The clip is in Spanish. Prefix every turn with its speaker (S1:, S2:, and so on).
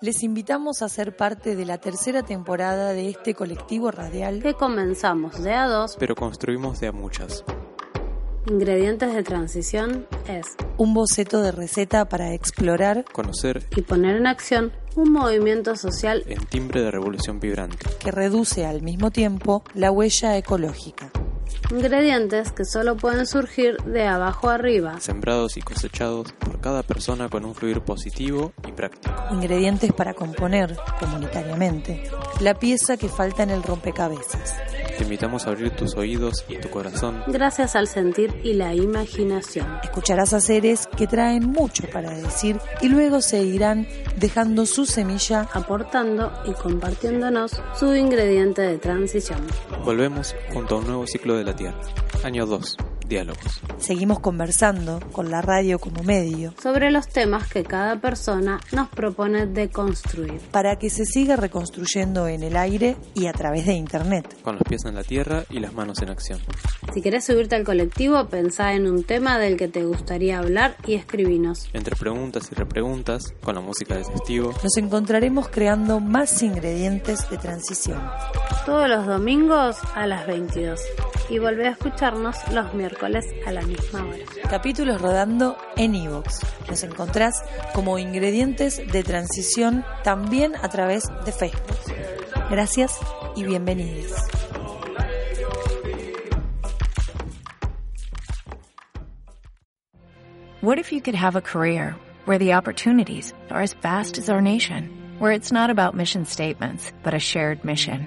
S1: les invitamos a ser parte de la tercera temporada de este colectivo radial
S2: que comenzamos de a dos,
S3: pero construimos de a muchas.
S2: Ingredientes de transición es
S1: un boceto de receta para explorar,
S3: conocer
S2: y poner en acción un movimiento social
S3: en timbre de revolución vibrante
S1: que reduce al mismo tiempo la huella ecológica.
S2: Ingredientes que solo pueden surgir de abajo arriba,
S3: sembrados y cosechados por cada persona con un fluir positivo y práctico.
S1: Ingredientes para componer comunitariamente la pieza que falta en el rompecabezas.
S3: Te invitamos a abrir tus oídos y tu corazón
S2: gracias al sentir y la imaginación.
S1: Escucharás a seres que traen mucho para decir y luego se irán dejando su semilla,
S2: aportando y compartiéndonos su ingrediente de transición.
S3: Volvemos junto a un nuevo ciclo de la Tierra, año 2. Diálogos.
S1: Seguimos conversando con la radio como medio
S2: sobre los temas que cada persona nos propone de construir
S1: para que se siga reconstruyendo en el aire y a través de internet.
S3: Con los pies en la tierra y las manos en acción.
S2: Si querés subirte al colectivo, pensá en un tema del que te gustaría hablar y escribinos.
S3: Entre preguntas y repreguntas, con la música de festivo,
S1: nos encontraremos creando más ingredientes de transición.
S2: Todos los domingos a las 22 y volvé a escucharnos los miércoles a la misma hora.
S1: Capítulos rodando en Evox. Nos encontrás como ingredientes de transición también a través de Facebook. Gracias y bienvenidos.
S4: What if you could have a career where the opportunities are as vast as our nation, where it's not about mission statements, but a shared mission?